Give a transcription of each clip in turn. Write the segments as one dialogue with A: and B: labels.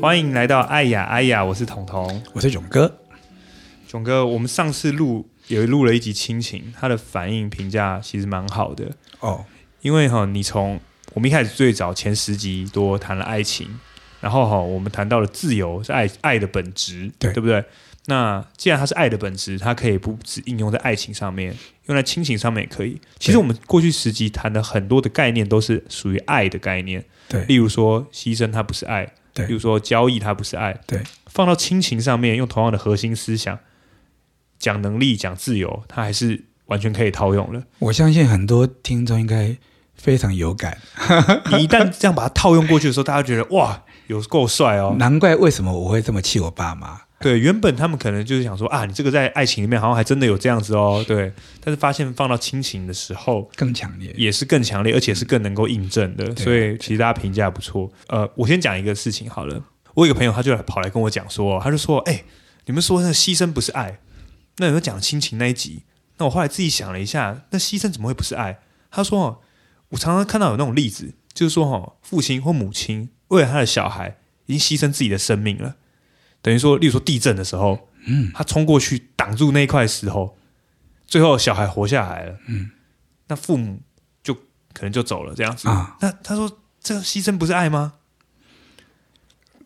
A: 欢迎来到爱呀爱呀，我是彤彤，
B: 我是囧哥，
A: 囧哥。我们上次录有录了一集亲情，他的反应评价其实蛮好的，
B: 哦，
A: 因为哈，你从我们一开始最早前十集多谈了爱情，然后哈，我们谈到了自由是爱爱的本质，
B: 对
A: 对不对？那既然它是爱的本质，它可以不只应用在爱情上面，用在亲情上面也可以。其实
B: 对
A: 我们过去十集谈的很多的概念都是属于爱的概念，
B: 对
A: 例如说牺牲它不是爱，
B: 对
A: 例如说交易它不是爱，
B: 对，
A: 放到亲情上面，用同样的核心思想，讲能力、讲自由，它还是完全可以套用了。
B: 我相信很多听众应该非常有感，
A: 你一旦这样把它套用过去的时候，大家觉得哇，有够帅哦。
B: 难怪为什么我会这么气我爸妈。
A: 对，原本他们可能就是想说啊，你这个在爱情里面好像还真的有这样子哦，对。但是发现放到亲情的时候，
B: 更强烈，
A: 也是更强烈，而且是更能够印证的，
B: 对
A: 所以其实大家评价不错。呃，我先讲一个事情好了，我有一个朋友，他就来跑来跟我讲说，他就说，哎、你们说那个牺牲不是爱，那你们讲亲情那一集，那我后来自己想了一下，那牺牲怎么会不是爱？他说，哦，我常常看到有那种例子，就是说，哦，父亲或母亲为了他的小孩，已经牺牲自己的生命了，等于说，例如说地震的时候，嗯，他冲过去挡住那一块石头，最后小孩活下来了，嗯，那父母就可能就走了这样子
B: 啊。
A: 那他说，这个牺牲不是爱吗？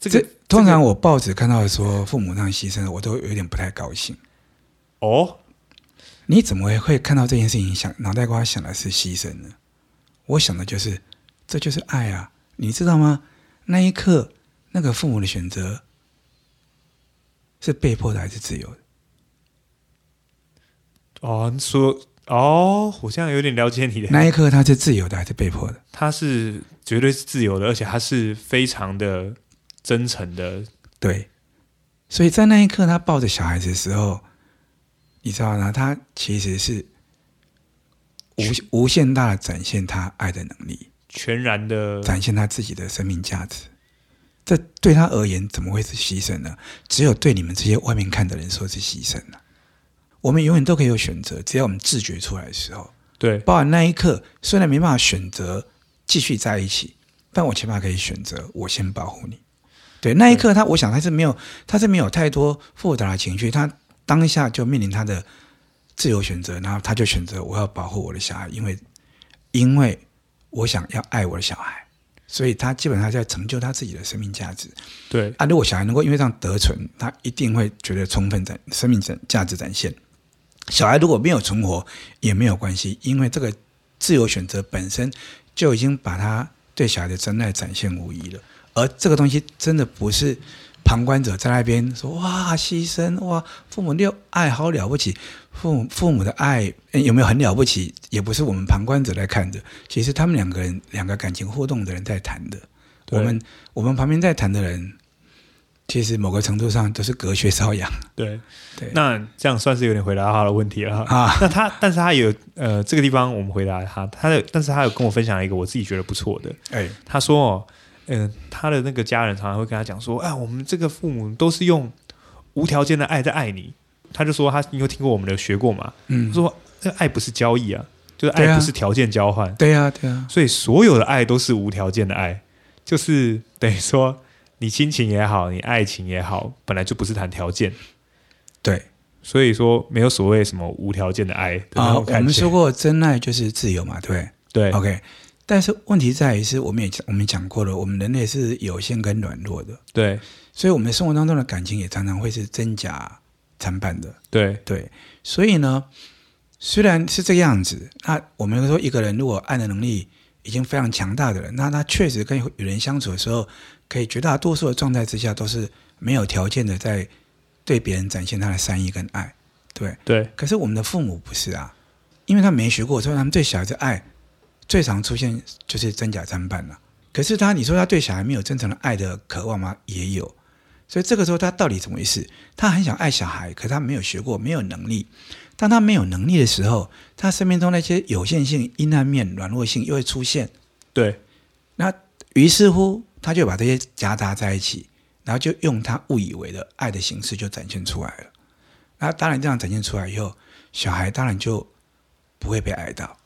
A: 这
B: 这
A: 个
B: 通常我报纸看到说父母让牺牲，我都有点不太高兴。
A: 哦，
B: 你怎么会会看到这件事情想脑袋瓜想的是牺牲呢？我想的就是这就是爱啊，你知道吗？那一刻，那个父母的选择是被迫的还是自由的？
A: 哦，说哦，我现在有点了解你的，
B: 那一刻他是自由的还是被迫的？
A: 他是绝对是自由的，而且他是非常的真诚的，
B: 对，所以在那一刻他抱着小孩子的时候，你知道吗？他其实是无无限大的展现他爱的能力，
A: 全然的
B: 展现他自己的生命价值。这对他而言怎么会是牺牲呢？只有对你们这些外面看的人说是牺牲呢、我们永远都可以有选择，只要我们自觉出来的时候，
A: 对
B: 包含那一刻，虽然没办法选择继续在一起，但我起码可以选择我先保护你。对，那一刻他，我想他是没有，他是没有太多复杂的情绪，他当下就面临他的自由选择，然后他就选择我要保护我的小孩，因为因为我想要爱我的小孩，所以他基本上在成就他自己的生命价值。
A: 对
B: 啊，如果小孩能够因为这样得存，他一定会觉得充分展生命展价值展现。小孩如果没有存活也没有关系，因为这个自由选择本身就已经把他对小孩的真爱展现无疑了。而这个东西真的不是旁观者在那边说哇牺牲哇父母六爱好了不起，父母父母的爱、嗯有没有很了不起，也不是我们旁观者来看的，其实他们两个人两个感情互动的人在谈的。
A: 对
B: 我们我们旁边在谈的人，其实某个程度上都是隔靴搔痒
A: 对
B: 对
A: 那这样算是有点回答他的问题了。
B: 啊。
A: 那他，但是他有呃，这个地方我们回答他，他的，但是他有跟我分享了一个我自己觉得不错的，
B: 哎，
A: 他说哦，嗯、他的那个家人常常会跟他讲说，啊，我们这个父母都是用无条件的爱在爱你。他就说他因为听过我们的学过嘛，
B: 嗯，
A: 说这爱不是交易啊，就是
B: 对
A: 爱
B: 啊
A: 不是条件交换，
B: 对呀、对呀、啊
A: 所以所有的爱都是无条件的爱，就是等于说你亲情也好，你爱情也好，本来就不是谈条件，
B: 对
A: 所以说没有所谓什么无条件的爱的那
B: 啊、
A: 种
B: 我
A: 感
B: 们
A: 觉。
B: 说过啊真爱就是自由嘛，对不对？
A: 对
B: OK，但是问题在于是，我们也讲我们讲过了，我们人类是有限跟软弱的，
A: 对
B: 所以我们生活当中的感情也常常会是真假参半的。
A: 对
B: 对，所以呢，虽然是这个样子，那我们说一个人如果爱的能力已经非常强大的人，那他确实跟与人相处的时候，可以绝大多数的状态之下都是没有条件的在对别人展现他的善意跟爱，对。
A: 对
B: 可是我们的父母不是啊，因为他没学过，所以他们对小孩子爱最常出现就是真假参半了、啊可是他，你说他对小孩没有真诚的爱的渴望吗？也有。所以这个时候他到底怎么回事？他很想爱小孩，可他没有学过，没有能力。当他没有能力的时候，他生命中那些有限性、阴暗面、软弱性又会出现。
A: 对
B: 那于是乎，他就把这些夹杂在一起，然后就用他误以为的爱的形式就展现出来了。那当然，这样展现出来以后，小孩当然就不会被爱到。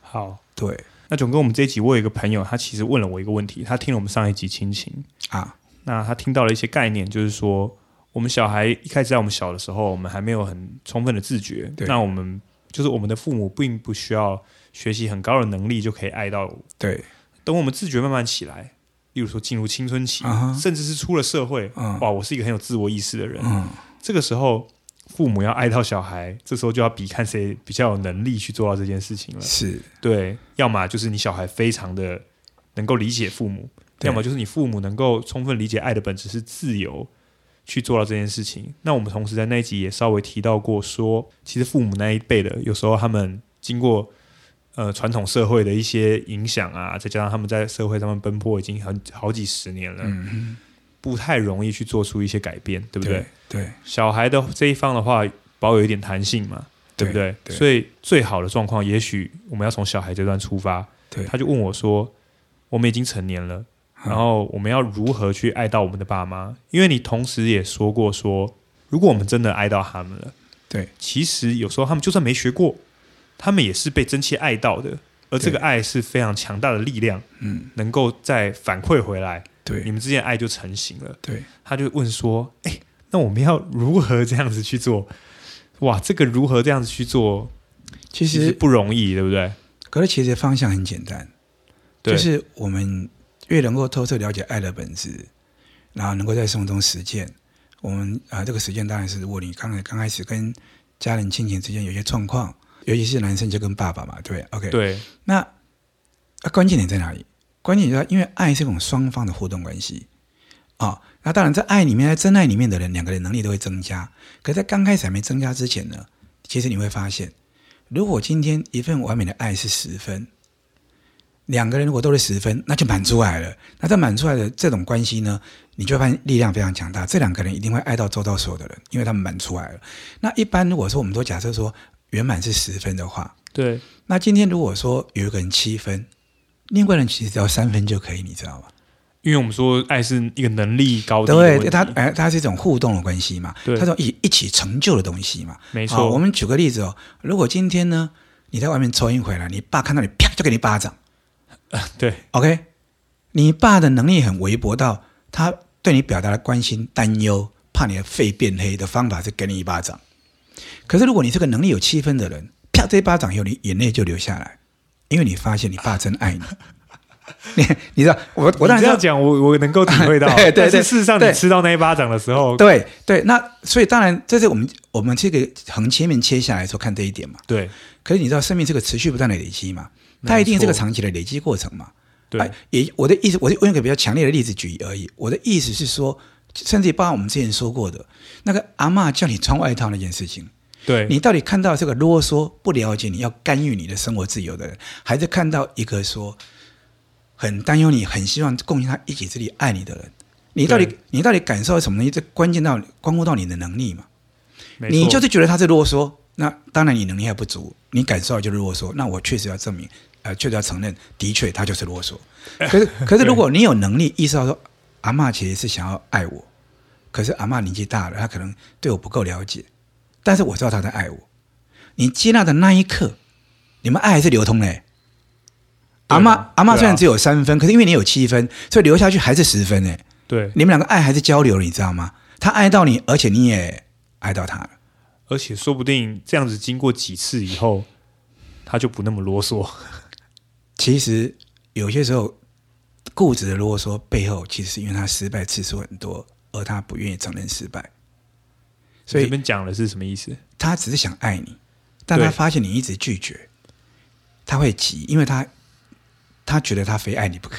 A: 好。
B: 对
A: 那总跟我们这一集，我有一个朋友，他其实问了我一个问题，他听了我们上一集亲情，
B: 啊，
A: 那他听到了一些概念，就是说，我们小孩一开始在我们小的时候，我们还没有很充分的自觉。
B: 对
A: 那我们就是我们的父母并不需要学习很高的能力就可以爱到我。
B: 对，
A: 等我们自觉慢慢起来，例如说进入青春期，
B: 啊哈
A: 甚至是出了社会，
B: 嗯
A: 哇，我是一个很有自我意识的人。
B: 嗯，
A: 这个时候，父母要爱到小孩，这时候就要比看谁比较有能力去做到这件事情了。
B: 是
A: 对，要么就是你小孩非常的能够理解父母，
B: 对
A: 要么就是你父母能够充分理解爱的本质是自由，去做到这件事情。那我们同时在那一集也稍微提到过说其实父母那一辈的，有时候他们经过呃传统社会的一些影响啊，再加上他们在社会上面奔波已经很好几十年了，
B: 嗯，
A: 不太容易去做出一些改变，对不对？
B: 对对
A: 小孩的这一方的话，保有一点弹性嘛，对不对？
B: 嗯对
A: 所以最好的状况，也许我们要从小孩这段出发。
B: 对
A: 他就问我说：“我们已经成年了，
B: 嗯
A: 然后我们要如何去爱到我们的爸妈？因为你同时也说过说，如果我们真的爱到他们了，
B: 对，
A: 其实有时候他们就算没学过，他们也是被真切爱到的。而这个爱是非常强大的力量，
B: 嗯，
A: 能够再反馈回来，你
B: 对
A: 们之间的爱就成型了。”
B: 对
A: 他就问说：“哎、那我们要如何这样子去做？哇，这个如何这样子去做，
B: 其
A: 其实
B: 实
A: 不容易，对不对？
B: 可是其实方向很简单，
A: 对，
B: 就是我们越能够透彻了解爱的本质，然后能够在生活中实践。我们啊、这个实践当然是如果你刚才刚开始跟家人亲情之间有些状况，尤其是男生就跟爸爸嘛，对不对，OK，
A: 对，
B: 那、啊、关键点在哪里？关键点在，因为爱是一种双方的互动关系啊、那当然，在爱里面，在真爱里面的人，两个人能力都会增加。可在刚开始还没增加之前呢，其实你会发现，如果今天一份完美的爱是十分，两个人如果都是十分，那就满出来了。那在满出来的这种关系呢，你就会发现力量非常强大。这两个人一定会爱到周遭所有的人，因为他们满出来了。那一般如果说我们都假设说圆满是十分的话，
A: 对，
B: 那今天如果说有一个人七分，另外一个人其实只要三分就可以，你知道吗？
A: 因为我们说爱是一个能力高低的问
B: 对，
A: 题，
B: 它哎，它是一种互动的关系嘛，
A: 对
B: 它是一一起成就的东西嘛。
A: 没
B: 好
A: 错，
B: 我们举个例子哦，如果今天呢你在外面抽烟回来，你爸看到你啪就给你巴掌
A: 啊对
B: ，OK？你爸的能力很微薄到他对你表达的关心、担忧，怕你的肺变黑的方法是给你一巴掌。可是如果你是个能力有七分的人，啪这一巴掌以后，你眼泪就流下来，因为你发现你爸真爱你。 你你知道，我我当然
A: 你
B: 知
A: 这
B: 道
A: 样讲，我我能够体会到，
B: 对对
A: 但是
B: 对
A: 事实上，你
B: 对
A: 吃到那一巴掌的时候，
B: 对对，那所以当然，这是我们我们这个横切面切下来说看这一点嘛。
A: 对
B: 可是你知道，生命是个持续不断的累积嘛，它
A: 没
B: 一定是
A: 错
B: 个长期的累积过程嘛。
A: 对
B: 哎，也我的意思，我是用一个比较强烈的例子举而已。我的意思是说，甚至包括我们之前说过的那个阿嬷叫你穿外套那件事情，
A: 对，
B: 你到底看到这个啰嗦、不了解你要干预你的生活自由的人，还是看到一个说很担忧你、很希望贡献他一己之力爱你的人？你到底
A: 对
B: 你到底感受到什么东西？这关键到关乎到你的能力嘛？
A: 没错
B: 你就是觉得他是啰嗦，那当然你能力还不足，你感受到就是啰嗦。那我确实要证明，呃，确实要承认，的确他就是 啰嗦。可是，可是如果你有能力意识到说，阿嬷其实是想要爱我，可是阿嬷年纪大了，她可能对我不够了解，但是我知道她在爱我。你接纳的那一刻，你们爱还是流通嘞、
A: 对啊
B: 阿嬷阿嬷虽然
A: 对啊
B: 只有三分，可是因为你有七分，所以留下去还是十分嘞、
A: 对，
B: 你们两个爱还是交流，你知道吗？她爱到你，而且你也爱到她了。
A: 而且说不定这样子经过几次以后，他就不那么啰嗦，
B: 其实有些时候固执的啰嗦背后，其实是因为他失败次数很多，而他不愿意承认失败，所
A: 你这
B: 以
A: 边讲的是什么意思？
B: 他只是想爱你，但他
A: 对
B: 发现你一直拒绝，他会急，因为他他觉得他非爱你不可，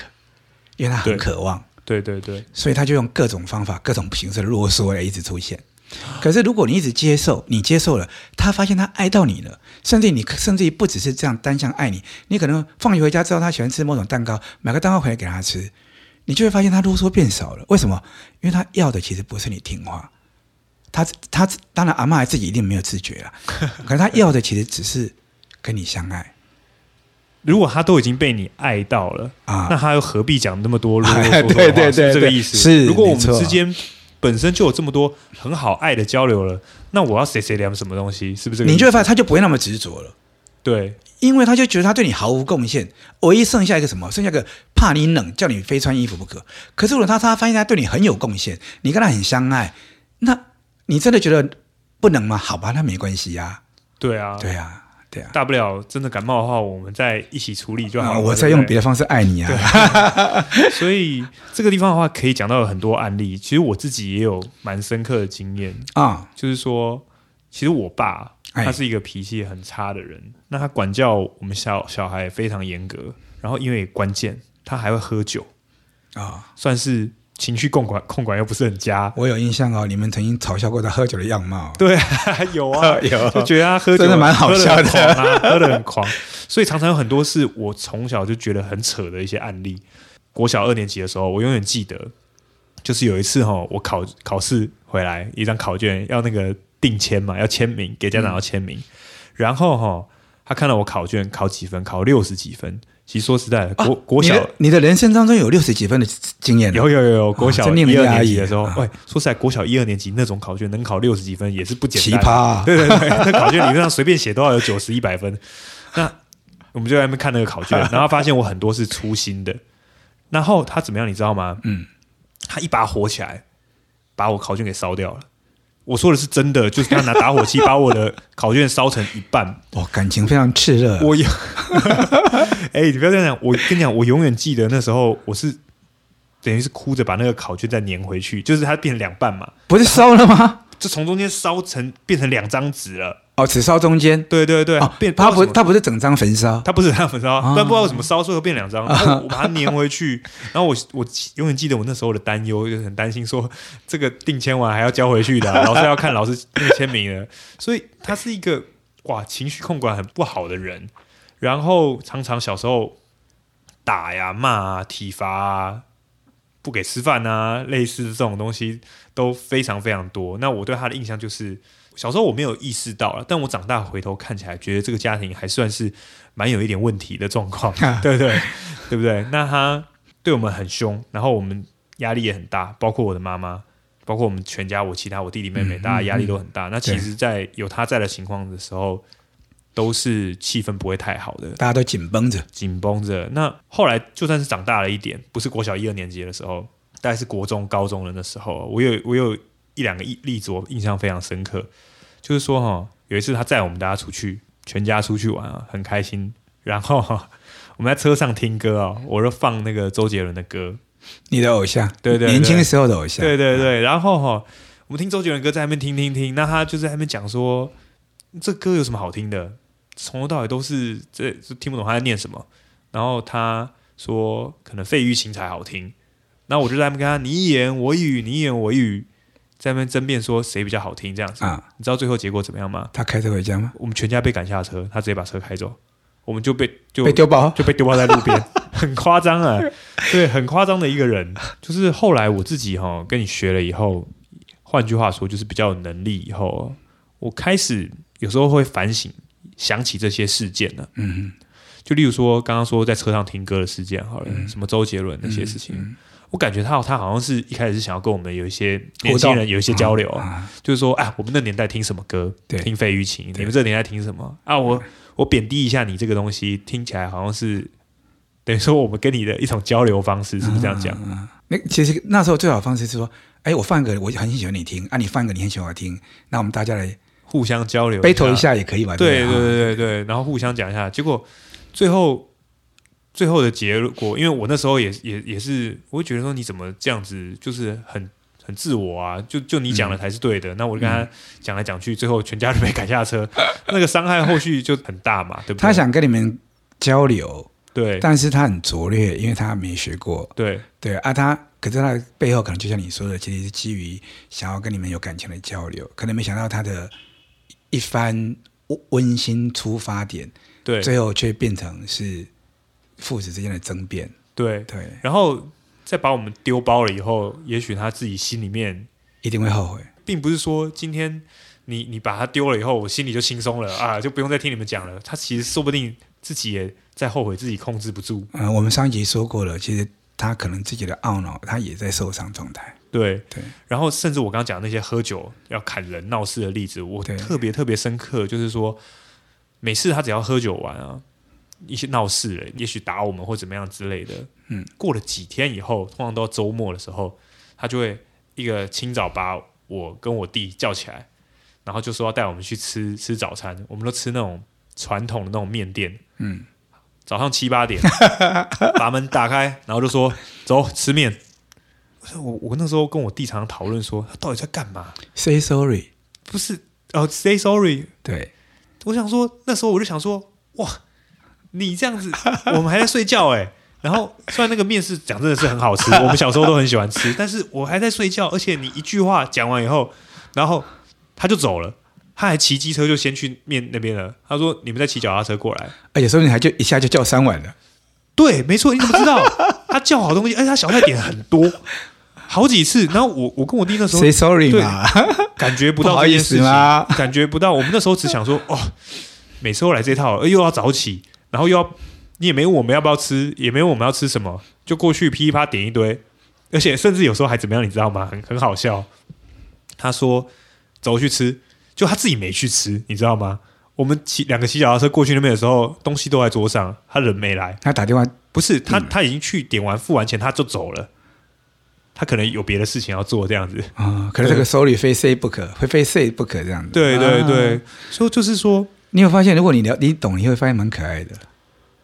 B: 因为他
A: 对
B: 很渴望，
A: 对对对，
B: 所以他就用各种方法、各种形式的啰嗦来一直出现。可是如果你一直接受，你接受了，他发现他爱到你了，甚至你甚至于不只是这样单向爱你，你可能放学回家知道他喜欢吃某种蛋糕，买个蛋糕回来给他吃，你就会发现他啰嗦变少了。为什么？因为他要的其实不是你听话，他他当然阿嬷自己一定没有自觉了，啊可是他要的其实只是跟你相爱
A: 如果他都已经被你爱到了。
B: 啊。
A: 那他又何必讲那么多啰啰嗦嗦的
B: 哎
A: 话？
B: 对对
A: 是不是这
B: 对
A: 个
B: 对
A: 意思。
B: 是
A: 如果我们
B: 没错
A: 之间本身就有这么多很好爱的交流了，那我要谁谁聊什么东西？是不是这个意思？
B: 你就会发现他就不会那么执着了。
A: 对，
B: 因为他就觉得他对你毫无贡献，唯一剩下一个什么？剩下一个怕你冷，叫你非穿衣服不可。可是如果他他发现他对你很有贡献，你跟他很相爱，那你真的觉得不能吗？好吧，那没关系呀、
A: 对啊，
B: 对呀、对呀、
A: 大不了真的感冒的话，我们再一起处理就好
B: 啊
A: 了。
B: 我在用别
A: 的。
B: 的方式爱你啊。
A: 所以这个地方的话，可以讲到有很多案例。其实我自己也有蛮深刻的经验，
B: 啊、
A: 就是说，其实我爸
B: 哎
A: 他是一个脾气很差的人，那他管教我们小小孩非常严格，然后因为关键他还会喝酒，
B: 啊、
A: 算是情绪控管控管又不是很 佳。
B: 我有印象哦，你们曾经嘲笑过他喝酒的样貌。
A: 对啊，有啊，
B: 有
A: 就觉得他喝酒啊
B: 真的蛮好笑的
A: 喝得很狂啊，喝的很狂，所以常常有很多是我从小就觉得很扯的一些案例。国小二年级的时候，我永远记得，就是有一次哈、我考考试回来，一张考卷要那个定签嘛，要签名，给家长要签名。然后哈、他看到我考卷考几分，考六十几分。其实说实在的，国、国
B: 啊你
A: 小
B: 的你的人生当中有六十几分的经验了
A: 有有有有，国
B: 啊
A: 小
B: 这
A: 一
B: 念不
A: 二
B: 念
A: 年级
B: 而已
A: 的时候，
B: 啊
A: 喂，说实在，国小一二年级那种考卷能考六十几分也是不简
B: 奇
A: 单。
B: 葩、啊。
A: 对对对，那考卷理论上随便写都要有九十一百分。那我们就在那边看那个考卷，然后发现我很多是粗心的。然后他怎么样，你知道吗？
B: 嗯，
A: 他一把火起来，把我考卷给烧掉了。我说的是真的，就是他拿打火机把我的考卷烧成一半。
B: 哦，感情非常炽热。啊
A: 我有， 哎、你不要这样讲。我跟你讲，我永远记得那时候我是等于是哭着把那个考卷再粘回去，就是它变成两半嘛，
B: 不是烧 了吗？
A: 就从中间烧成变成两张纸了。
B: 哦，只烧中间。
A: 对对对，
B: 哦
A: 变，
B: 它
A: 知道
B: 不，
A: 为什么
B: 它不是整张焚烧。
A: 它不是它粉烧
B: 啊，
A: 但不知道为什么烧最后变两 张，然后我把它粘回去。然后我我永远记得我那时候的担忧，就是很担心说这个定签完还要交回去的啊、老师要看老师那个签名的。所以他是一个哇情绪控管很不好的人，然后常常小时候打呀骂啊体罚啊。不给吃饭啊，类似这种东西都非常非常多。那我对他的印象就是，小时候我没有意识到了，但我长大回头看起来，觉得这个家庭还算是蛮有一点问题的状况， 对不对？对不对？那他对我们很凶，然后我们压力也很大，包括我的妈妈，包括我们全家，我其他我弟弟妹妹，
B: 嗯
A: 大家
B: 嗯
A: 压力都很大。那其实，在有他在的情况的时候，都是气氛不会太好的，
B: 大家都紧绷着。
A: 紧绷着。那后来就算是长大了一点，不是国小一二年级的时候，大概是国中、高中的那时候，我有我有一两个例例子，我印象非常深刻，就是说哈、有一次他载我们大家出去，全家出去玩啊，很开心。然后、哈，我们在车上听歌哦，我就放那个周杰伦的歌，
B: 你的偶像，
A: 对对对
B: 年轻时候的偶像，
A: 对对对。然后哈、我们听周杰伦歌在那边听听听，那他就在那边讲说，这歌有什么好听的？从头到尾都是这这听不懂他在念什么。然后他说可能费玉清才好听，然后我就在那边跟他你一言我一语，你一言我一语，在那边争辩说谁比较好听这样子。
B: 啊，
A: 你知道最后结果怎么样吗？
B: 他开车回家吗？
A: 我们全家被赶下车，他直接把车开走，我们就被就
B: 被丢包
A: 就被丢包在路边，很夸张啊！对，很夸张的一个人。就是后来我自己哈、跟你学了以后，换句话说就是比较有能力以后，我开始有时候会反省，想起这些事件呢、啊
B: 嗯
A: 就例如说刚刚说在车上听歌的事件好了，什么周杰伦那些事情，我感觉他他好像是一开始是想要跟我们有一些年轻
B: 互
A: 人有一些交流，
B: 啊，
A: 就是说，哎，我们那年代听什么歌？
B: 对
A: 听费玉清。你们这年代听什么啊？我我贬低一下你这个东西，听起来好像是等于说我们跟你的一种交流方式，是不是这样讲？
B: 嗯那其实那时候最好的方式是说，哎，我放一个我很喜欢你听，啊，你放一个你很喜欢我听，那我们大家来
A: 互相交流
B: battle 一。下也啊可以吧？
A: 对
B: 不
A: 对对对对，然后互相讲一下，结果最后最后的结果，因为我那时候也也也是，我会觉得说你怎么这样子，就是很。很自我啊，就就你讲的才是对的。那我就
B: 嗯
A: 跟他讲来讲去，最后全家都被赶下车，那个伤害后续就很大嘛，对不对？
B: 他想跟你们交流，
A: 对
B: 但是他很拙劣，因为他没学过，
A: 对，
B: 对啊，他可是他的背后可能就像你说的，其实是基于想要跟你们有感情的交流，可能没想到他的一番温温馨出发点，
A: 对
B: 最后却变成是父子之间的争辩。
A: 对，
B: 对，
A: 然后再把我们丢包了以后，也许他自己心里面，
B: 一定会后悔。
A: 并不是说今天你你把他丢了以后，我心里就轻松了啊，就不用再听你们讲了。他其实说不定自己也在后悔自己控制不住，
B: 嗯、我们上一集说过了，其实他可能自己的懊恼，他也在受伤状态。
A: 对
B: 对。
A: 然后甚至我刚刚讲的那些喝酒要砍人闹事的例子，我
B: 对
A: 特别特别深刻，就是说每次他只要喝酒完啊，一些闹事了，也许打我们或怎么样之类的。嗯，过了几天以后，通常到周末的时候，他就会一个清早把我跟我弟叫起来，然后就说要带我们去吃吃早餐。我们都吃那种传统的那种面店。
B: 嗯，
A: 早上七八点，把门打开，然后就说走吃面。我我那时候跟我弟常常讨论说，他到底在干嘛？
B: ，say sorry，
A: 不是哦，say sorry。
B: 对，
A: 我想说，那时候我就想说，哇，你这样子，我们还在睡觉哎、然后虽然那个面是讲真的是很好吃，我们小时候都很喜欢吃，但是我还在睡觉，而且你一句话讲完以后，然后他就走了，他还骑机车就先去面那边了。他说：“你们再骑脚踏车过来。
B: 而且说不定还就一下就叫三碗了。”
A: 对，没错，你怎么知道？他叫好东西，而且他小菜点很多，好几次。然后我我跟我弟那时候
B: say sorry 嘛，
A: 感觉不到
B: 不好
A: 这件
B: 意思
A: 事情
B: 啦
A: 感觉不到。我们那时候只想说，哦，每次都来这套，呃又要早起，然后又要你也没问我们要不要吃，也没问我们要吃什么，就过去噼里啪啦点一堆，而且甚至有时候还怎么样，你知道吗？很很好笑。他说走去吃，就他自己没去吃，你知道吗？我们骑两个骑脚踏车过去那边的时候，东西都在桌上，他人没来。
B: 他打电话
A: 不是他，
B: 嗯
A: 他已经去点完付完钱，他就走了。他可能有别的事情要做，这样子。
B: 啊、可是这个 sorry 非 say 不可，会非 say 不可这样子。
A: 对对对
B: 啊，
A: 所以就是说，
B: 你有发现，如果你了你懂，你会发现蛮可爱的。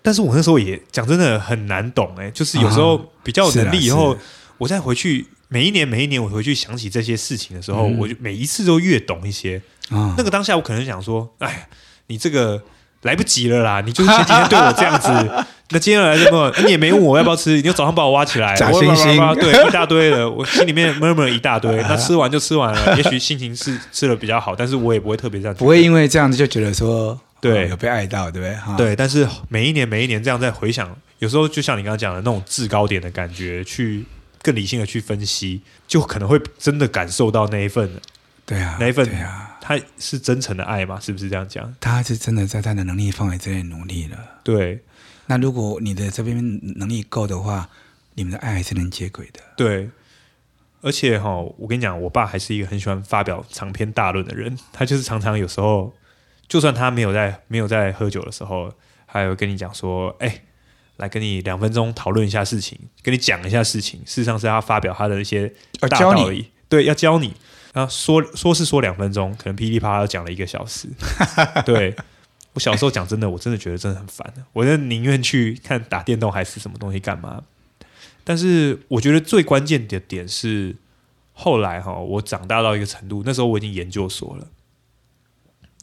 A: 但是我那时候也讲真的很难懂哎、就是有时候比较有能力以后，
B: 啊是啊
A: 我再回去每一年每一年我回去想起这些事情的时候，
B: 嗯
A: 我就每一次都越懂一些。
B: 啊、
A: 那个当下我可能想说，哎，你这个来不及了啦，你就是前几天对我这样子， 那今天来这么，你也没问我要不要吃，你就早上把我挖起来，
B: 假
A: 我
B: 惺惺
A: 叭叭叭对，一大堆的，我心里面 murmur 一大 堆，那吃完就吃完了，也许心情是吃的比较好，但是我也不会特别这样觉得，
B: 不会因为这样子就觉得说
A: 对
B: 哦有被爱到，对不对？哈，
A: 对，但是每一年每一年这样再回想，有时候就像你刚刚讲的那种制高点的感觉，去更理性的去分析，就可能会真的感受到那一份，
B: 对啊，
A: 哪一份
B: 对啊，
A: 它是真诚的爱嘛？是不是这样讲？
B: 他是真的在他的能力范围之内努力了。
A: 对
B: 那如果你的这边能力够的话，你们的爱还是能接轨的。
A: 对，而且哈、我跟你讲，我爸还是一个很喜欢发表长篇大论的人，他就是常常有时候，就算他没有在没有在喝酒的时候，还会跟你讲说，哎、来跟你两分钟讨论一下事情，跟你讲一下事情。事实上是他发表他的一些
B: 哦，
A: 大
B: 教
A: 道
B: 你
A: 理，对，要教你。然后说说是说两分钟，可能噼里啪啦讲了一个小 时。对我小时候讲真的，我真的觉得真的很烦，啊我就宁愿去看打电动还是什么东西干嘛。但是我觉得最关键的点是，后来哈，我长大到一个程度，那时候我已经研究所了，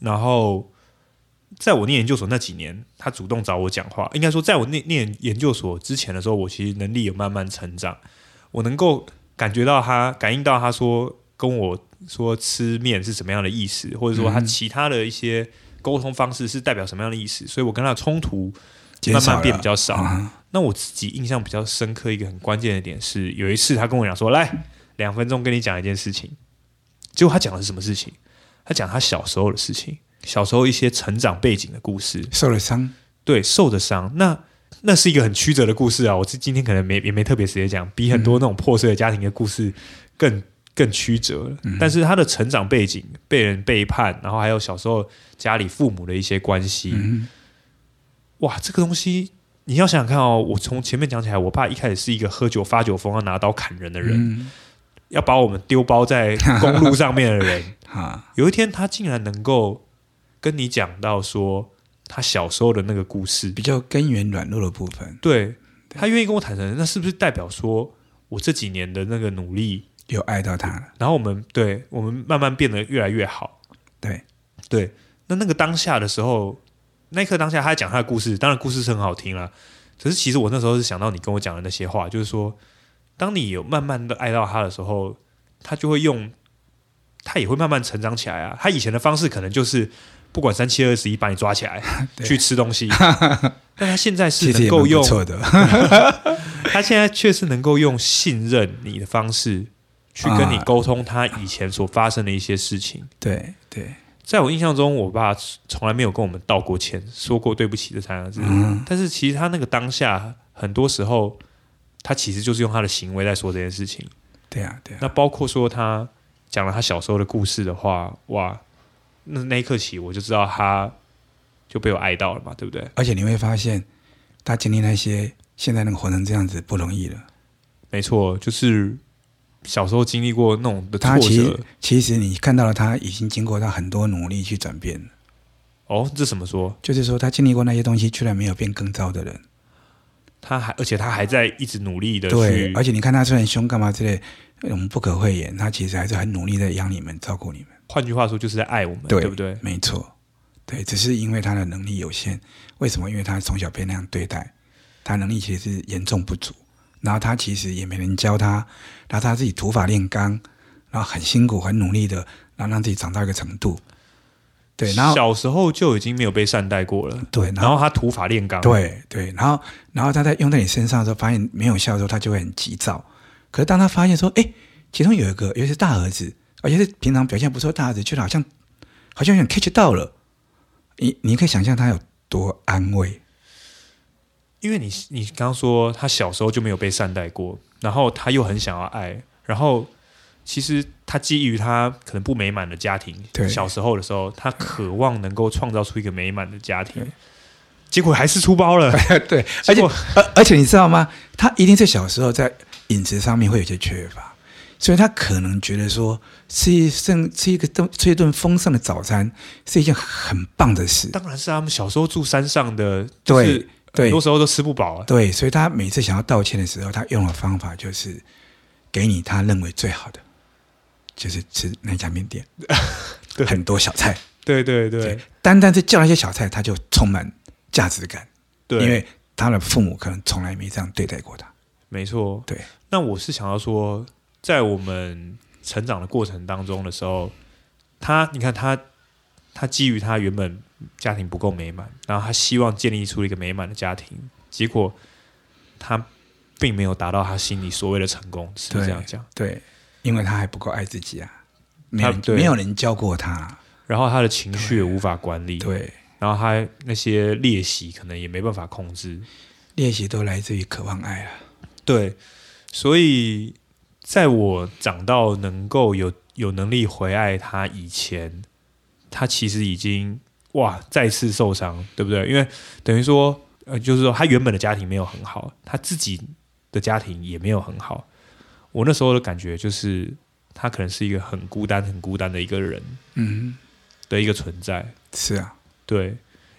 A: 然后在我念研究所那几年，他主动找我讲话。应该说，在我念念研究所之前的时候，我其实能力有慢慢成长，我能够感觉到他感应到他说跟我说吃面是什么样的意思，或者说他
B: 嗯
A: 其他的一些沟通方式是代表什么样的意思，所以我跟他的冲突
B: 减
A: 慢
B: 少
A: 慢变
B: 了
A: 比较少。
B: 啊，
A: 那我自己印象比较深刻一个很关键的点是，有一次他跟我讲说：“来，两分钟跟你讲一件事情。”结果他讲的是什么事情？他讲他小时候的事情，小时候一些成长背景的故事，
B: 受了伤，
A: 对，受的伤。那那是一个很曲折的故事啊，我今天可能没也没特别直接讲，比很多那种破碎的家庭的故事更更曲折了。但是他的成长背景，被人背叛，然后还有小时候家里父母的一些关系，
B: 嗯，
A: 哇，这个东西你要想想看哦，我从前面讲起来，我爸一开始是一个喝酒发酒疯要拿刀砍人的人，
B: 嗯
A: 要把我们丢包在公路上面的 人，
B: 啊，
A: 有一天他竟然能够跟你讲到说他小时候的那个故事，
B: 比较根源软弱的部分
A: 对他愿意跟我坦诚，那是不是代表说我这几年的那个努力，
B: 有爱到他了，
A: 然后我们对我们慢慢变得越来越好，
B: 对，
A: 对，那那个当下的时候，那一刻当下，他在讲他的故事，当然故事是很好听啦。可是其实我那时候是想到你跟我讲的那些话，就是说，当你有慢慢的爱到他的时候，他就会用，他也会慢慢成长起来啊。他以前的方式可能就是不管三七二十一把你抓起来
B: 对
A: 去吃东西， 但他现在是
B: 其实
A: 能
B: 也
A: 够
B: 蛮不
A: 用，
B: 错的，
A: 他现在却是能够用信任你的方式去跟你
B: 啊
A: 沟通他以前所发生的一些事情。
B: 对对，
A: 在我印象中，我爸从来没有跟我们道过歉，说过对不起这三个字。
B: 嗯，
A: 但是其实他那个当下，很多时候他其实就是用他的行为在说这件事情。
B: 对啊对啊，
A: 那包括说他讲了他小时候的故事的话，哇，那那一刻起我就知道他就被我爱到了嘛，对不对？
B: 而且你会发现，他经历那些，现在能活成这样子不容易了。
A: 没错，就是小时候经历过那种的挫
B: 他其
A: 折
B: 实。其实你看到了，他已经经过他很多努力去转变了。
A: 哦，这怎么说？
B: 就是说，他经历过那些东西，居然没有变更糟的人。
A: 他还而且他还在一直努力的
B: 对
A: 去，，
B: 而且你看他虽然凶干嘛之类，我们不可讳言，他其实还是很努力在养你们、照顾你们。
A: 换句话说就是在爱我们，
B: 对
A: 不对？
B: 没错，对，只是因为他的能力有限。为什么？因为他从小被那样对待，他能力其实是严重不足。然后他其实也没人教他，然后他自己土法炼钢，然后很辛苦、很努力的，然后让自己长到一个程度。对，然后
A: 小时候就已经没有被善待过了，
B: 对，然后
A: 然后他土法炼钢，，
B: 对对，然后然后他在用在你身上的时候，发现没有效的时候，他就会很急躁。可是当他发现说，哎，其中有一个，尤其是大儿子，而且是平常表现不错的大儿子，觉得好像好像有点 catch 到了，你你可以想象他有多安慰。
A: 因为你你刚刚说他小时候就没有被善待过，然后他又很想要爱，然后其实他基于他可能不美满的家庭，
B: 对
A: 小时候的时候，他渴望能够创造出一个美满的家庭，结果还是出包了，
B: 对， 而
A: 结
B: 且
A: 果
B: 而而且你知道吗？他一定是小时候在饮食上面会有些缺乏，所以他可能觉得说吃一顿吃一个顿吃一顿丰盛的早餐是一件很棒的事。
A: 当然是他们小时候住山上的，就
B: 对
A: 是
B: 对
A: 很多时候都吃不饱啊，
B: 对，所以他每次想要道歉的时候，他用的方法就是给你他认为最好的，就是吃那家 面店
A: 对，
B: 很多小菜。
A: 对对对
B: 对，单单是叫那些小菜，他就充满价值感，
A: 对，
B: 因为他的父母可能从来没这样对待过他。
A: 没错，
B: 对。
A: 那我是想要说，在我们成长的过程当中的时候，他，你看他，他基于他原本家庭不够美满，然后他希望建立出一个美满的家庭，结果他并没有达到他心里所谓的成功，是不是
B: 对
A: 这样讲？
B: 对，因为他还不够爱自己啊，没有
A: 他
B: 人
A: 对
B: 没有人教过他。
A: 然后他的情绪也无法管理，
B: 对，
A: 然后他那些练习可能也没办法控制，
B: 练习都来自于渴望爱啊。
A: 对，所以在我长到能够有有能力回爱他以前，他其实已经哇再次受伤，对不对？因为等于说，呃，就是说他原本的家庭没有很好，他自己的家庭也没有很好。我那时候的感觉就是，他可能是一个很孤单、很孤单的一个人
B: 嗯，
A: 的一个存在。
B: 是啊，
A: 对，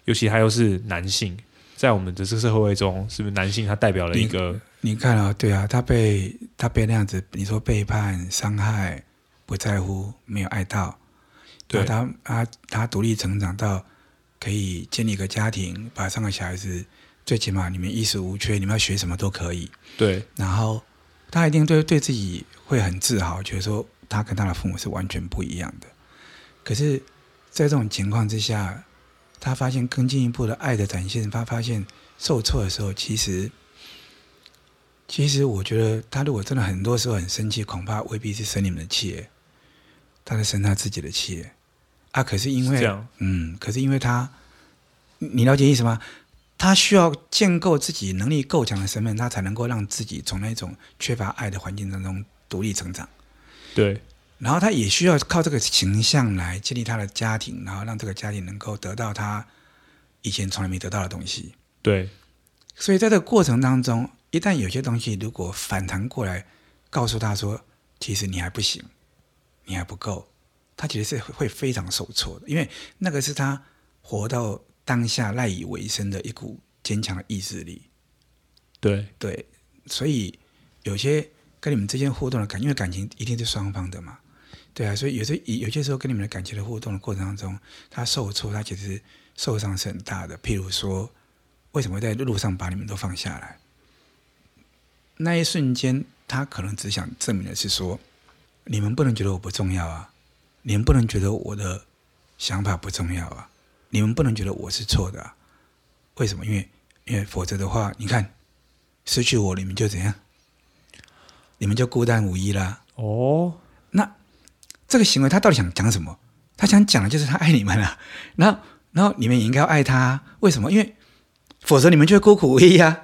A: 尤其他又是男性，在我们的这个社会中，是不是男性他代表了一个
B: 你看啊，对啊，他被他被那样子，你说背叛、伤害、不在乎、没有爱到，
A: 对
B: 然后他他他独立成长到可以建立一个家庭，把三个小孩子，最起码你们衣食无缺，你们要学什么都可以。
A: 对
B: 然后他一定对对自己会很自豪，觉得说他跟他的父母是完全不一样的。可是，在这种情况之下，他发现更进一步的爱的展现，他发现受挫的时候，其实，其实我觉得他如果真的很多时候很生气，恐怕未必是生你们的气耶，他是生他自己的气耶啊。可是因
A: 这
B: 为
A: 样？
B: 嗯，可是因为他，你你了解意思吗？他需要建构自己能力够强的身份，他才能够让自己从那种缺乏爱的环境当中独立成长。
A: 对，
B: 然后他也需要靠这个形象来建立他的家庭，然后让这个家庭能够得到他以前从来没得到的东西。
A: 对，
B: 所以在这个过程当中，一旦有些东西如果反弹过来，告诉他说，其实你还不行，你还不够，他其实是会非常受挫的，因为那个是他活到当下赖以为生的一股坚强的意志力。
A: 对，
B: 对，所以有些跟你们之间互动的感，因为感情一定是双方的嘛，对啊，所以有些有些时候跟你们的感情的互动的过程当中，他受挫，他其实受伤是很大的。譬如说，为什么会在路上把你们都放下来？那一瞬间，他可能只想证明的是说，你们不能觉得我不重要啊，你们不能觉得我的想法不重要啊，你们不能觉得我是错的、啊。为什么？因为因为否则的话，你看失去我，你们就怎样？你们就孤单无依啦。
A: 哦，
B: 那这个行为他到底想讲什么？他想讲的就是他爱你们啊。然后，然后你们也应该要爱他、啊。为什么？因为否则你们就会孤苦无依啊。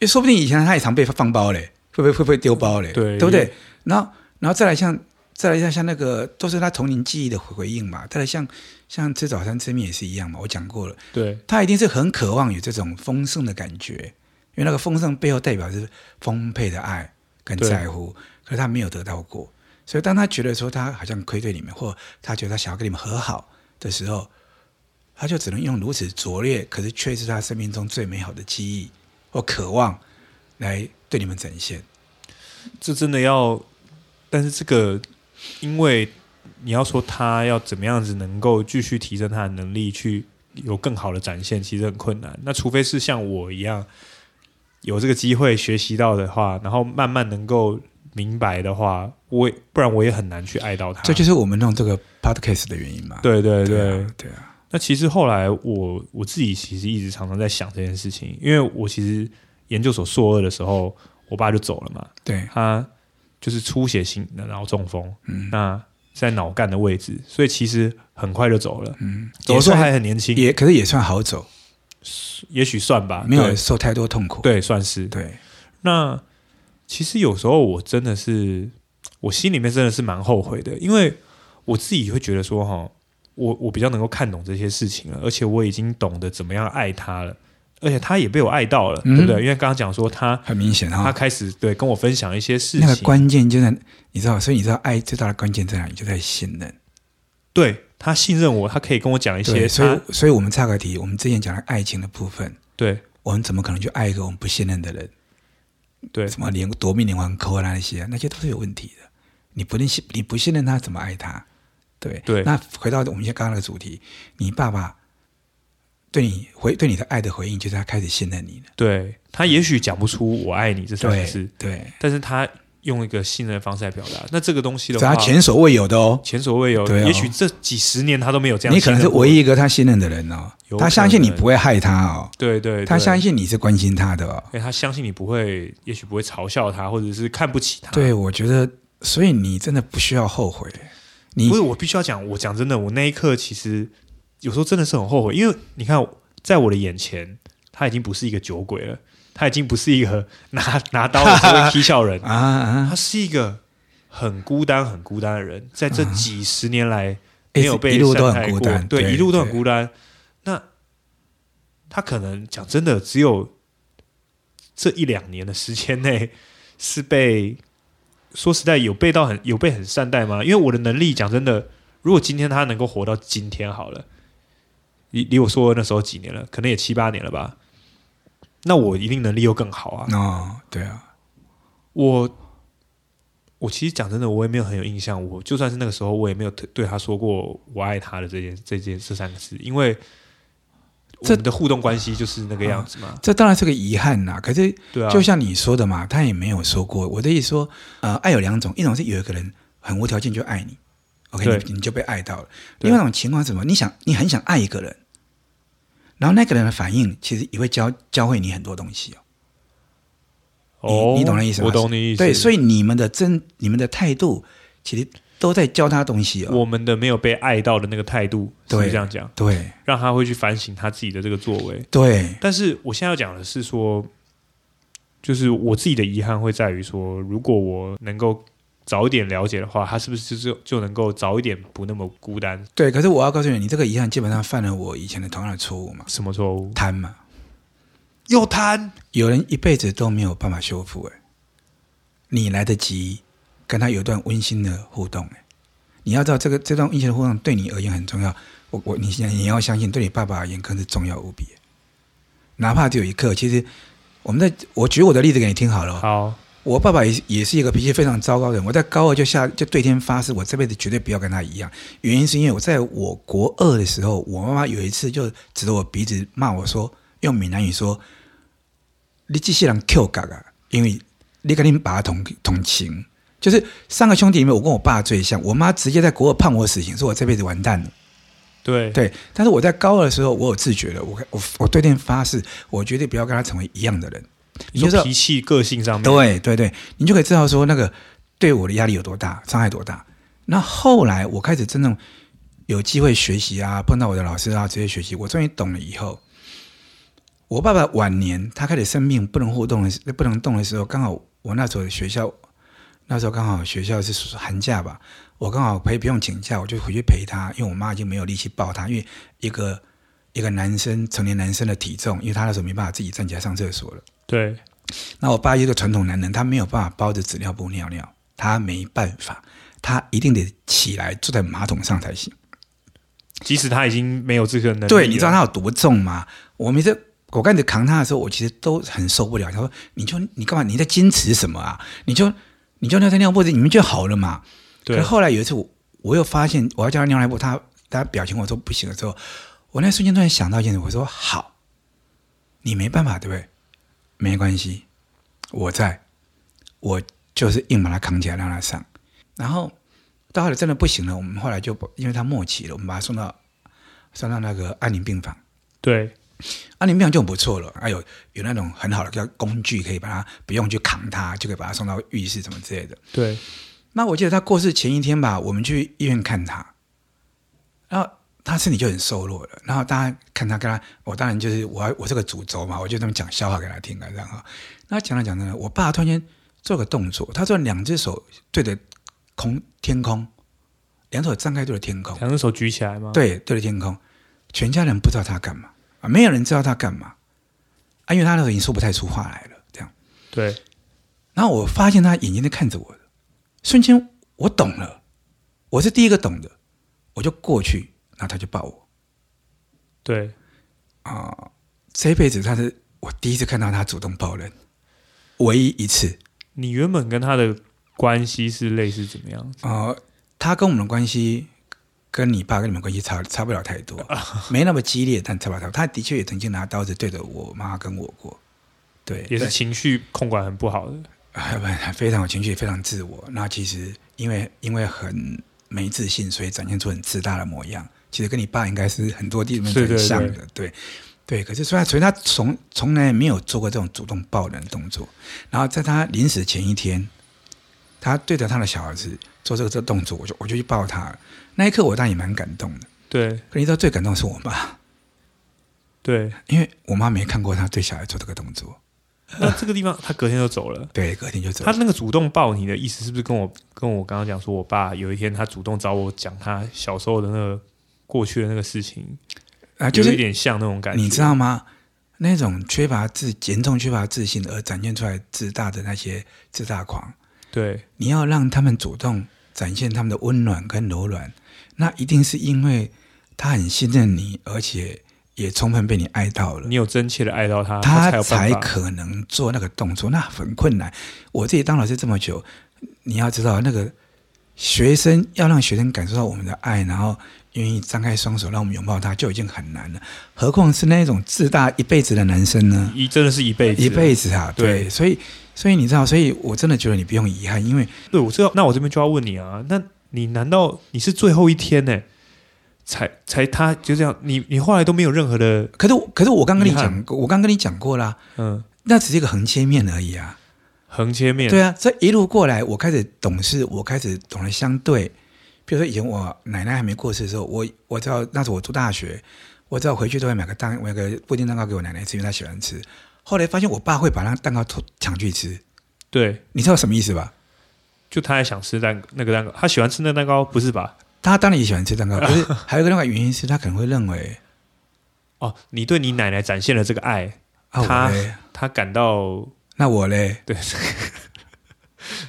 B: 因为说不定以前他也常被放包嘞，会不会会不会丢包嘞？
A: 对
B: 对不对？然后，然后再来像再来像像那个都是他童年记忆的回回应嘛。再来像像吃早餐吃面也是一样嘛，我讲过了，
A: 对，
B: 他一定是很渴望有这种丰盛的感觉，因为那个丰盛背后代表是丰沛的爱跟
A: 对
B: 在乎，可是他没有得到过，所以当他觉得说他好像愧对你们，或他觉得他想要跟你们和好的时候，他就只能用如此拙劣，可是却是他生命中最美好的记忆或渴望来对你们展现。
A: 这真的要，但是这个，因为你要说他要怎么样子能够继续提升他的能力，去有更好的展现，其实很困难。那除非是像我一样有这个机会学习到的话，然后慢慢能够明白的话，我也不然我也很难去爱到他。
B: 这就是我们弄这个 podcast 的原因嘛。
A: 对对对。
B: 啊对啊，
A: 那其实后来我我自己其实一直常常在想这件事情，因为我其实研究所硕二的时候，我爸就走了嘛，
B: 对，啊
A: 他就是出血性的脑中风，
B: 嗯
A: 那在脑干的位置，所以其实很快就走了。
B: 嗯，
A: 走的时候
B: 也
A: 还
B: 算
A: 很年轻，也
B: 也可是也算好走，
A: 许算吧，
B: 没有
A: 对
B: 受太多痛苦。
A: 对，算是。
B: 对
A: 那其实有时候我真的是，我心里面真的是蛮后悔的，因为我自己会觉得说，哈，我我比较能够看懂这些事情了，而且我已经懂得怎么样爱他了，而且他也被我爱到了，
B: 嗯
A: 对不对？因为刚刚讲说他
B: 很明显哈、
A: 他开始对跟我分享一些事
B: 那个
A: 情，
B: 关键就在你知道，所以你知道爱最大的关键在哪里，就在信任。
A: 对他信任我，他可以跟我讲一些
B: 对，所
A: 他
B: 以所以我们岔个题，我们之前讲的爱情的部分，
A: 对
B: 我们怎么可能去爱一个我们不信任的人？
A: 对
B: 什么连夺命连环扣啊那些，那些都是有问题的。你不能信，你不信任他，怎么爱他？对
A: 对
B: 那回到我们现在刚刚那个主题，你爸爸对你回对你的爱的回应，就是他开始信任你了。
A: 对，他也许讲不出“我爱你”这三个字
B: 对，对，
A: 但啊是他用一个信任的方式来表达。那这个东西的
B: 这是
A: 话，
B: 他前所未有的哦。
A: 前所未有，
B: 对啊
A: 也许这几十年他都没有这样。
B: 你可能是唯
A: 一，
B: 一一个他信任的人哦
A: 有，
B: 他相信
A: 可
B: 你
A: 能
B: 不会害他哦，
A: 对对对，啊
B: 他相，信你是关心他的哦。
A: 因为他相信你不会，也许不会嘲笑他，或者是看不起他。，
B: 对，我觉得，所以你真的不需要后悔。你
A: 不是我必须要讲，我讲真的，我那一刻其实有时候真的是很后悔，因为你看，在我的眼前，他已经不是一个酒鬼了，他已经不是一个拿拿刀的只 会踢笑人，
B: 啊啊，
A: 他是一个很孤单、很孤单的人，在这几十年来
B: 一
A: 没
B: 直
A: 有被
B: 一路都
A: 善待
B: 很孤
A: 过
B: 单，
A: 对，一路都很
B: 单。
A: 孤单。那他可能讲真的，只有这一两年的时间内是被说实在有被到很有被很善待吗？因为我的能力讲真的，如果今天他能够活到今天好了，离离我说的那时候几年了，可能也七八年了吧。那我一定能力又更好啊！
B: 哦，对啊，
A: 我我其实讲真的，我也没有很有印象。我就算是那个时候，我也没有特对他说过我爱他的这件这件这三个字，因为我
B: 这
A: 们的互动关系就是那个样子嘛。
B: 这当然是个遗憾呐。可是
A: 对啊，
B: 就像你说的嘛，他也没有说过。我的意思说，呃，爱有两种，一种是有一个人很无条件就爱你，OK，
A: 对
B: 你你就被爱到了；，
A: 对
B: 另外一种情况是什么？你想，你很想爱一个人，然后那个人的反应其实也会教教会你很多东西哦。
A: 哦
B: 你你懂那意思吗
A: 我懂你意思。
B: 对，所
A: 以
B: 以你们的真，你们的态度，其实都在教他东西哦。
A: 我们的没有被爱到的那个态度，是不
B: 对
A: 是这样讲，
B: 对
A: 让他会去反省他自己的这个作为。
B: 对，
A: 但是我现在要讲的是说，就是我自己的遗憾会在于说，如果我能够早一点了解的话，他是不是就就能够早一点不那么孤单？
B: 对，可是我要告诉你，你这个遗憾基本上犯了我以前的同样的错误嘛，
A: 什么错误？
B: 贪嘛，
A: 又贪，
B: 有人一辈子都没有办法修复哎、你来得及跟他有一段温馨的互动哎、你要知道这个这段温馨的互动对你而言很重要，我我你你要相信，对你爸爸而言更是重要无比、哎哪怕只有一刻，其实我们在我举我的例子给你听好了哦，
A: 好，
B: 我爸爸也是也是一个脾气非常糟糕的人。我在高二就下就对天发誓，我这辈子绝对不要跟他一样。原因是因为我在我国二的时候，我妈妈有一次就指着我鼻子骂我说，用闽南语说：“你这些人 Q 嘎嘎，因为你跟你爸同同情。”就是三个兄弟里面，我跟我爸最像。我妈直接在国二判我死刑，说我这辈子完蛋了。
A: 对
B: 对，但是我在高二的时候，我有自觉了，我我我对天发誓，我绝对不要跟他成为一样的人。
A: 你说
B: 就是
A: 脾气、个性上面，
B: 对对对，你就可以知道说那个对我的压力有多大，伤害多大。那后来我开始真正有机会学习啊，碰到我的老师啊，直接学习，我终于懂了以后，我爸爸晚年他开始生病不能互动的时，不能动的时候，刚好我那时候的学校那时候刚好学校是寒假吧，我刚好陪不用请假，我就回去陪他，因为我妈已经没有力气抱他，因为一个一个男生成年男生的体重，因为他那时候没办法自己站起来上厕所了。
A: 对，
B: 那我爸一个传统男人，他没有办法包着纸尿布尿尿，他没办法，他一定得起来坐在马桶上才行。
A: 即使他已经没有这个能力了，
B: 对，你知道他有多重吗？我每次我刚才扛他的时候，我其实都很受不了。他说：“你就你干嘛？你在坚持什么啊？你就你就尿在尿布里，你们就好了嘛。”可
A: 对
B: 是后来有一次我，我又发现我要叫他尿尿布，他他表情我说不行的时候，我那瞬间突然想到一件事，我说：“好，你没办法，对不对？没关系，我在，我就是硬把他扛起来让他上。”然后到后来真的不行了，我们后来就因为他末期了，我们把他送到送到那个安宁病房。
A: 对
B: 啊，你们俩就很不错了，还有有那种很好的叫工具，可以把它不用去扛它，就可以把它送到浴室什么之类的。
A: 对
B: 那我记得他过世前一天吧，我们去医院看他，然后他身体就很瘦弱了。然后大家看他，跟他，我当然就是我要我是个主轴嘛，我就这么讲笑话给他听啊，这样哈。那讲着讲着，我爸突然间做个动作，他突然两只手对着空天空，两手张开对着天空，
A: 两只手举起来吗？
B: 对，对着天空，全家人不知道他干嘛啊，没有人知道他干嘛啊，因为他那时候已经说不太出话来了，这样。
A: 对
B: 然后我发现他眼睛在看着我的，瞬间我懂了，我是第一个懂的，我就过去，然后他就抱我
A: 对，
B: 啊、这辈子他是我第一次看到他主动抱人，唯一一次
A: 你原本跟他的关系是类似怎么样？
B: 啊、他跟我们的关系。跟你爸跟你们关系差差不了太 多，没那么激烈，但差不了太多。他的确也曾经拿刀子对着我妈跟我过，对，
A: 也是
B: 但
A: 情绪控管很不好的，
B: 啊， 非常有情绪，非常自我。那其实因为因为很没自信，所以展现出很自大的模样。其实跟你爸应该是很多地方
A: 是对
B: 很像的，对对。可是虽然所以他从从来没有做过这种主动抱人的动作。然后在他临死前一天，他对着他的小儿子做这个这个动作，我就我就去抱他了。那一刻我当然也蛮感动的。
A: 对
B: 可你知道最感动的是我妈，
A: 对。
B: 因为我妈没看过他对小孩做这个动作。
A: 那这个地方他隔天就走了。
B: 对，隔天就走了
A: 他。那个主动抱你的意思，是不是跟我跟我刚刚讲说，我爸有一天他主动找我讲他小时候的那个过去的那个事情，
B: 啊，就是
A: 有一点像那种感觉，
B: 你知道吗？那种缺乏自严重缺乏自信而展现出来自大的那些自大狂，
A: 对
B: 你要让他们主动展现他们的温暖跟柔软，那一定是因为他很信任你，而且也充分被你爱到了，
A: 你有真切的爱到他，他
B: 他
A: 才
B: 才
A: 有办法。
B: 可能做那个动作，那很困难。我自己当老师这么久，你要知道，那个学生要让学生感受到我们的爱，然后愿意张开双手让我们拥抱他，就已经很难了，何况是那种自大一辈子的男生呢？
A: 一真的是一辈子，
B: 一辈子啊，对，
A: 对
B: 所以所以你知道，所以我真的觉得你不用遗憾，因为
A: 对我知道，那我这边就要问你啊，那你难道你是最后一天呢、才才他就这样，你你后来都没有任何的
B: 可是我可是我刚跟你
A: 遗
B: 讲
A: 憾
B: 过，我刚跟你讲过啦，
A: 嗯
B: 那只是一个横切面而已啊，
A: 横切面，
B: 对啊，这一路过来，我开始懂事，我开始懂得相对。比如说以前我奶奶还没过世的时候，我我知道那时候我读大学，我知道回去都会买个蛋，买个布丁蛋糕给我奶奶吃，因为她喜欢吃。后来发现我爸会把那蛋糕偷抢去吃，
A: 对
B: 你知道什么意思吧？
A: 就他也想吃蛋那个蛋糕，他喜欢吃那蛋糕，不是吧？
B: 他当然也喜欢吃蛋糕，可 是还有一个另外原因是他可能会认为
A: 哦，你对你奶奶展现了这个爱，
B: 啊
A: 他
B: 我嘞，
A: 她感到
B: 那我嘞，
A: 对，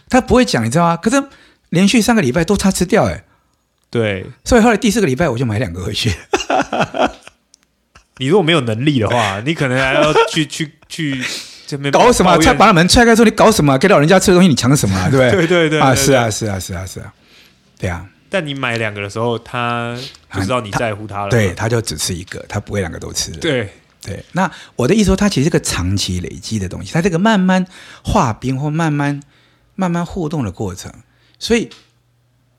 B: 他不会讲，你知道吗？可是连续三个礼拜都他吃掉、欸，哎，
A: 对
B: 所以后来第四个礼拜我就买两个回去。
A: 你如果没有能力的话，你可能还要去去去这边
B: 搞什么、啊？
A: 抱
B: 踹
A: 怨
B: 把他门踹开说你搞什么啊、给老人家吃的东西你抢什么啊、对不对？
A: 对对对
B: 啊，
A: 对对
B: 是啊，是啊，是啊，是啊，对啊，
A: 但你买两个的时候，他就知道你在乎他了。
B: 对，他就只吃一个，他不会两个都吃。
A: 对
B: 对，那我的意思说，它其实是个长期累积的东西，它这个慢慢化冰或慢慢慢慢互动的过程，所以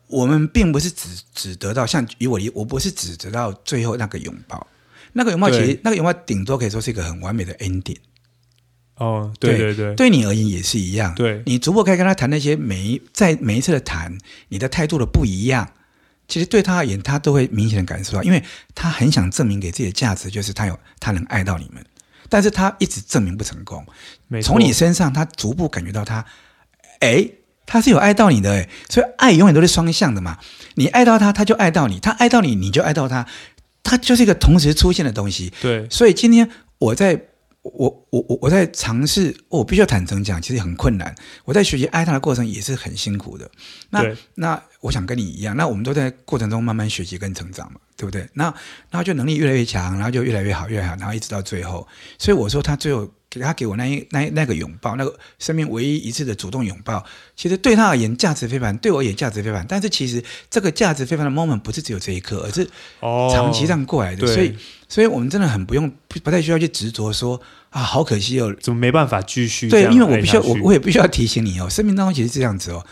B: 我们并不是只只得到像以我理，我不是只得到最后那个拥抱，那个拥抱其实
A: 对
B: 那个拥抱顶多可以说是一个很完美的 ending。
A: 哦，对对对
B: 对，你而言也是一样。
A: 对
B: 你逐步可以跟他谈那些每一在每一次的谈，你的态度的不一样，其实对他而言，他都会明显的感受到，因为他很想证明给自己的价值，就是他有他能爱到你们，但是他一直证明不成功。
A: 没错
B: 从你身上，他逐步感觉到他，哎，他是有爱到你的哎，所以爱永远都是双向的嘛。你爱到他，他就爱到你；他爱到你，你就爱到他。它就是一个同时出现的东西。
A: 对，
B: 所以今天我在我我我我在尝试，哦我必须要坦诚讲，其实很困难。我在学习爱他的过程也是很辛苦的。那
A: 对
B: 那我想跟你一样，那我们都在过程中慢慢学习跟成长嘛，对不对？那然后就能力越来越强，然后就越来越好，越来越好，然后一直到最后。所以我说他最后给他给我那一那一那个拥抱，那个生命唯一一次的主动拥抱，其实对他而言价值非凡，对我也价值非凡。但是其实这个价值非凡的 moment 不是只有这一刻，而是
A: 哦，
B: 长期这样过来的，
A: 对
B: 所以所以我们真的很不用不不太需要去执着说啊，好可惜哦。
A: 怎么没办法继续这
B: 对，
A: 样
B: 因为我
A: 爱
B: 必须
A: 下
B: 要我
A: 去
B: 我也必须要提醒你哦，生命当中其实是这样子哦，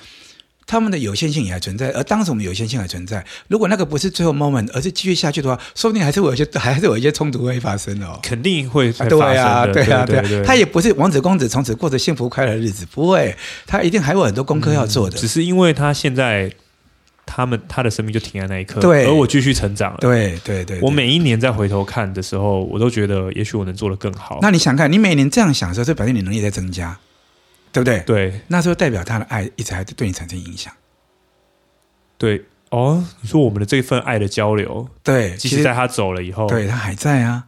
B: 他们的有限性也还存在，而当时我们有限性还存在。如果那个不是最后 moment，而是继续下去的话，说不定还是会有一些 还是有一些冲突会发生哦。
A: 肯定会
B: 啊
A: 才
B: 对
A: 发
B: 啊，
A: 生的
B: 对啊，
A: 对
B: 啊，他也不是王子公子从此过着幸福快乐的日子，不会，他一定还有很多功课要做的。
A: 只嗯是因为他现在他们他的生命就停在那一刻，
B: 对
A: 而我继续成长了。
B: 对对对，
A: 我
B: 对
A: 每一年再回头看的时候，我都觉得也许我能做得更好。
B: 那你想看，你每年这样想的时候，就表示你能力在增加，对不对？
A: 对
B: 那时候代表他的爱一直还对你产生影响。
A: 对哦，你说我们的这份爱的交流，
B: 对，
A: 即
B: 其
A: 使
B: 实
A: 在他走了以后，
B: 对他还在啊，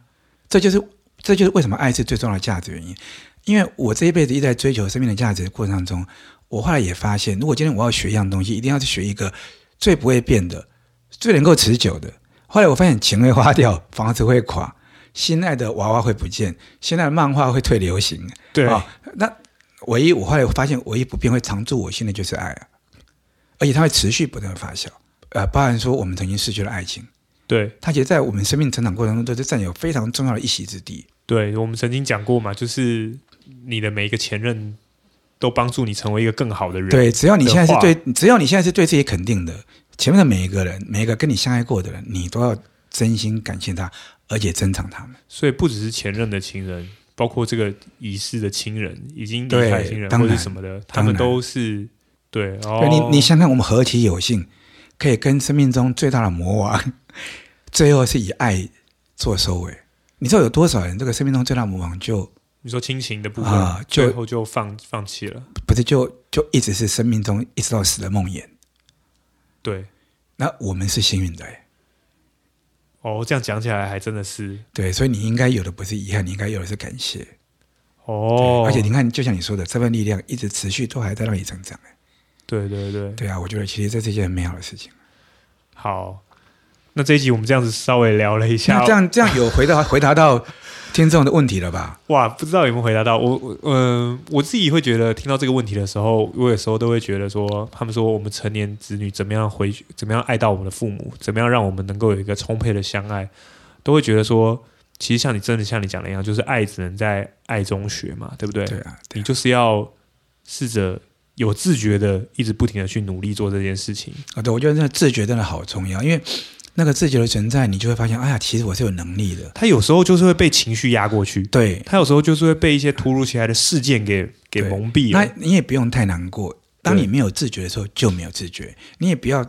B: 这就是这就是为什么爱是最重要的价值原因。因为我这一辈子一直在追求生命的价值的过程当中，我后来也发现，如果今天我要学一样东西，一定要去学一个最不会变的、最能够持久的。后来我发现，钱会花掉，房子会垮，心爱的娃娃会不见，心爱的漫画会退流行。
A: 对
B: 啊、那唯一我后来发现，唯一不变会常驻我心的就是爱啊，而且它会持续不断的发酵。呃，包含说我们曾经失去了爱情，
A: 对
B: 它其实在我们生命成长过程中都是占有非常重要的一席之地。
A: 对，我们曾经讲过嘛，就是你的每一个前任都帮助你成为一个更好的人。
B: 对，只要你现在
A: 的
B: 是
A: 话
B: 对，只要你现在是对自己肯定的，前面的每一个人，每一个跟你相爱过的人，你都要真心感谢他，而且珍藏他们。
A: 所以不只是前任的情人，包括这个已逝的亲人、已经离
B: 对
A: 开的亲人
B: 当
A: 或
B: 然
A: 者是什么的，他
B: 当
A: 们
B: 然
A: 都是对哦。
B: 对你，你想想，我们何其有幸，可以跟生命中最大的魔王， 最后是以爱做收尾。你知道有多少人这个生命中最大的魔王就
A: 你说亲情的部分，
B: 啊就
A: 最后就放放弃了。
B: 不是就就一直是生命中一直到死的梦魇？
A: 对，
B: 那我们是幸运的、欸，
A: 哦，这样讲起来还真的是
B: 对，所以你应该有的不是遗憾，你应该有的是感谢。
A: 哦，
B: 而且你看，就像你说的，这份力量一直持续都还在让你成长、欸。
A: 对对对，
B: 对啊，我觉得其实这是一件很美好的事情。
A: 好。那这一集我们这样子稍微聊了一下
B: 那，这样这样有回答回答到听众的问题了吧？
A: 哇，不知道有没有回答到我？我嗯、我自己会觉得听到这个问题的时候，我有时候都会觉得说，他们说我们成年子女怎么样回，怎么样爱到我们的父母，怎么样让我们能够有一个充沛的相爱，都会觉得说，其实像你真的像你讲的一样，就是爱只能在爱中学嘛，对不对？
B: 对啊，对
A: 你
B: 啊
A: 就是要试着有自觉的，一直不停的去努力做这件事情。
B: 啊，对，我觉得那个自觉真的好重要，因为那个自觉的存在，你就会发现，哎呀，其实我是有能力的。
A: 他有时候就是会被情绪压过去，
B: 对，
A: 他有时候就是会被一些突如其来的事件给给
B: 对
A: 蒙蔽
B: 那
A: 了。
B: 你也不用太难过。当
A: 对
B: 你没有自觉的时候，就没有自觉。你也不要，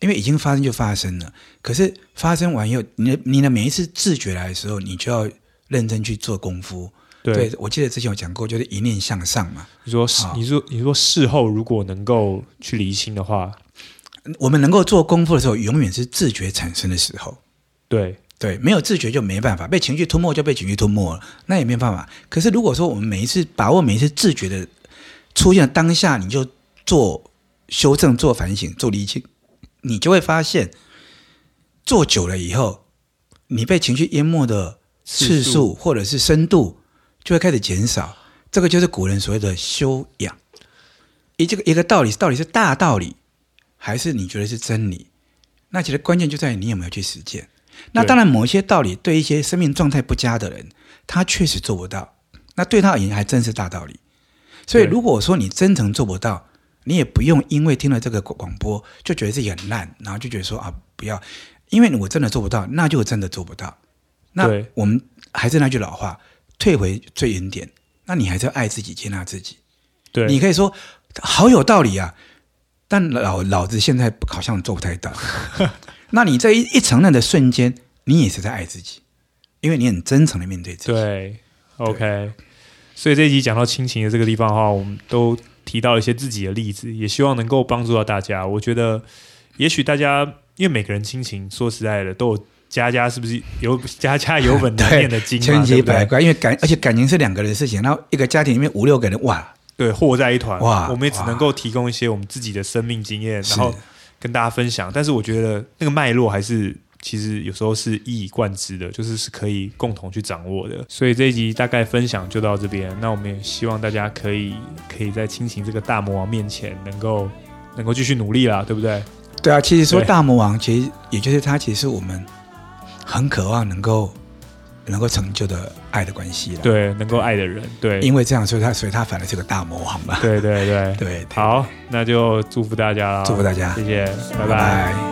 B: 因为已经发生就发生了。可是发生完以后，你的你的每一次自觉来的时候，你就要认真去做功夫。
A: 对，
B: 我记得之前有讲过，就是一念向上嘛。
A: 你说事
B: 啊
A: 你说你说事后如果能够去厘清的话，
B: 我们能够做功夫的时候，永远是自觉产生的时候。
A: 对
B: 对，没有自觉就没办法，被情绪吞没就被情绪吞没了，那也没办法。可是如果说我们每一次把握每一次自觉的出现的当下，你就做修正、做反省、做厘清，你就会发现，做久了以后，你被情绪淹没的
A: 次
B: 次数
A: 数
B: 或者是深度就会开始减少。这个就是古人所谓的修养。一这个一个道理，到底是大道理，还是你觉得是真理？那其实关键就在于你有没有去实践。那
A: 对
B: 当然，某一些道理对一些生命状态不佳的人，他确实做不到。那对他而言，还真是大道理。所以，
A: 对
B: 如果说你真诚做不到，你也不用因为听了这个广广播就觉得自己很烂，然后就觉得说啊不要，因为我真的做不到，那就真的做不到。那
A: 对
B: 我们还是那句老话，退回最原点，那你还是要爱自己，接纳自己。
A: 对，
B: 你可以说好有道理啊，但老老子现在好像做不 太到。那你这一一承认的瞬间，你也是在爱自己，因为你很真诚的面对自己。
A: 对，OK。所以这一集讲到亲情的这个地方的话，我们都提到一些自己的例子，也希望能够帮助到大家。我觉得，也许大家因为每个人亲情，说实在的，都有家家是不是有家家有本难念的 经嘛，
B: 千
A: 对
B: 奇
A: 不对
B: 百怪，因为感而且感情是两个人的事情，然后一个家庭里面五六个人，哇，
A: 对，和在一团。
B: 哇
A: 我们也只能够提供一些我们自己的生命经验，然
B: 是
A: 后跟大家分享。但是我觉得那个脉络还是其实有时候是一以贯之的，就是是可以共同去掌握的。所以这一集大概分享就到这边。那我们也希望大家可以可以在亲情这个大魔王面前能够能够继续努力啦，对不对？
B: 对啊，其实说
A: 对
B: 大魔王，其实也就是他，其实是我们很渴望能够能够成就的爱的关系了。，
A: 对，能够爱的人，对，
B: 因为这样，所以他所以他反而是个大魔王嘛。
A: 对对对。
B: 对，对
A: 好，那就祝福大家啦，
B: 祝福大家
A: 谢谢，拜
B: 拜
A: 拜
B: 拜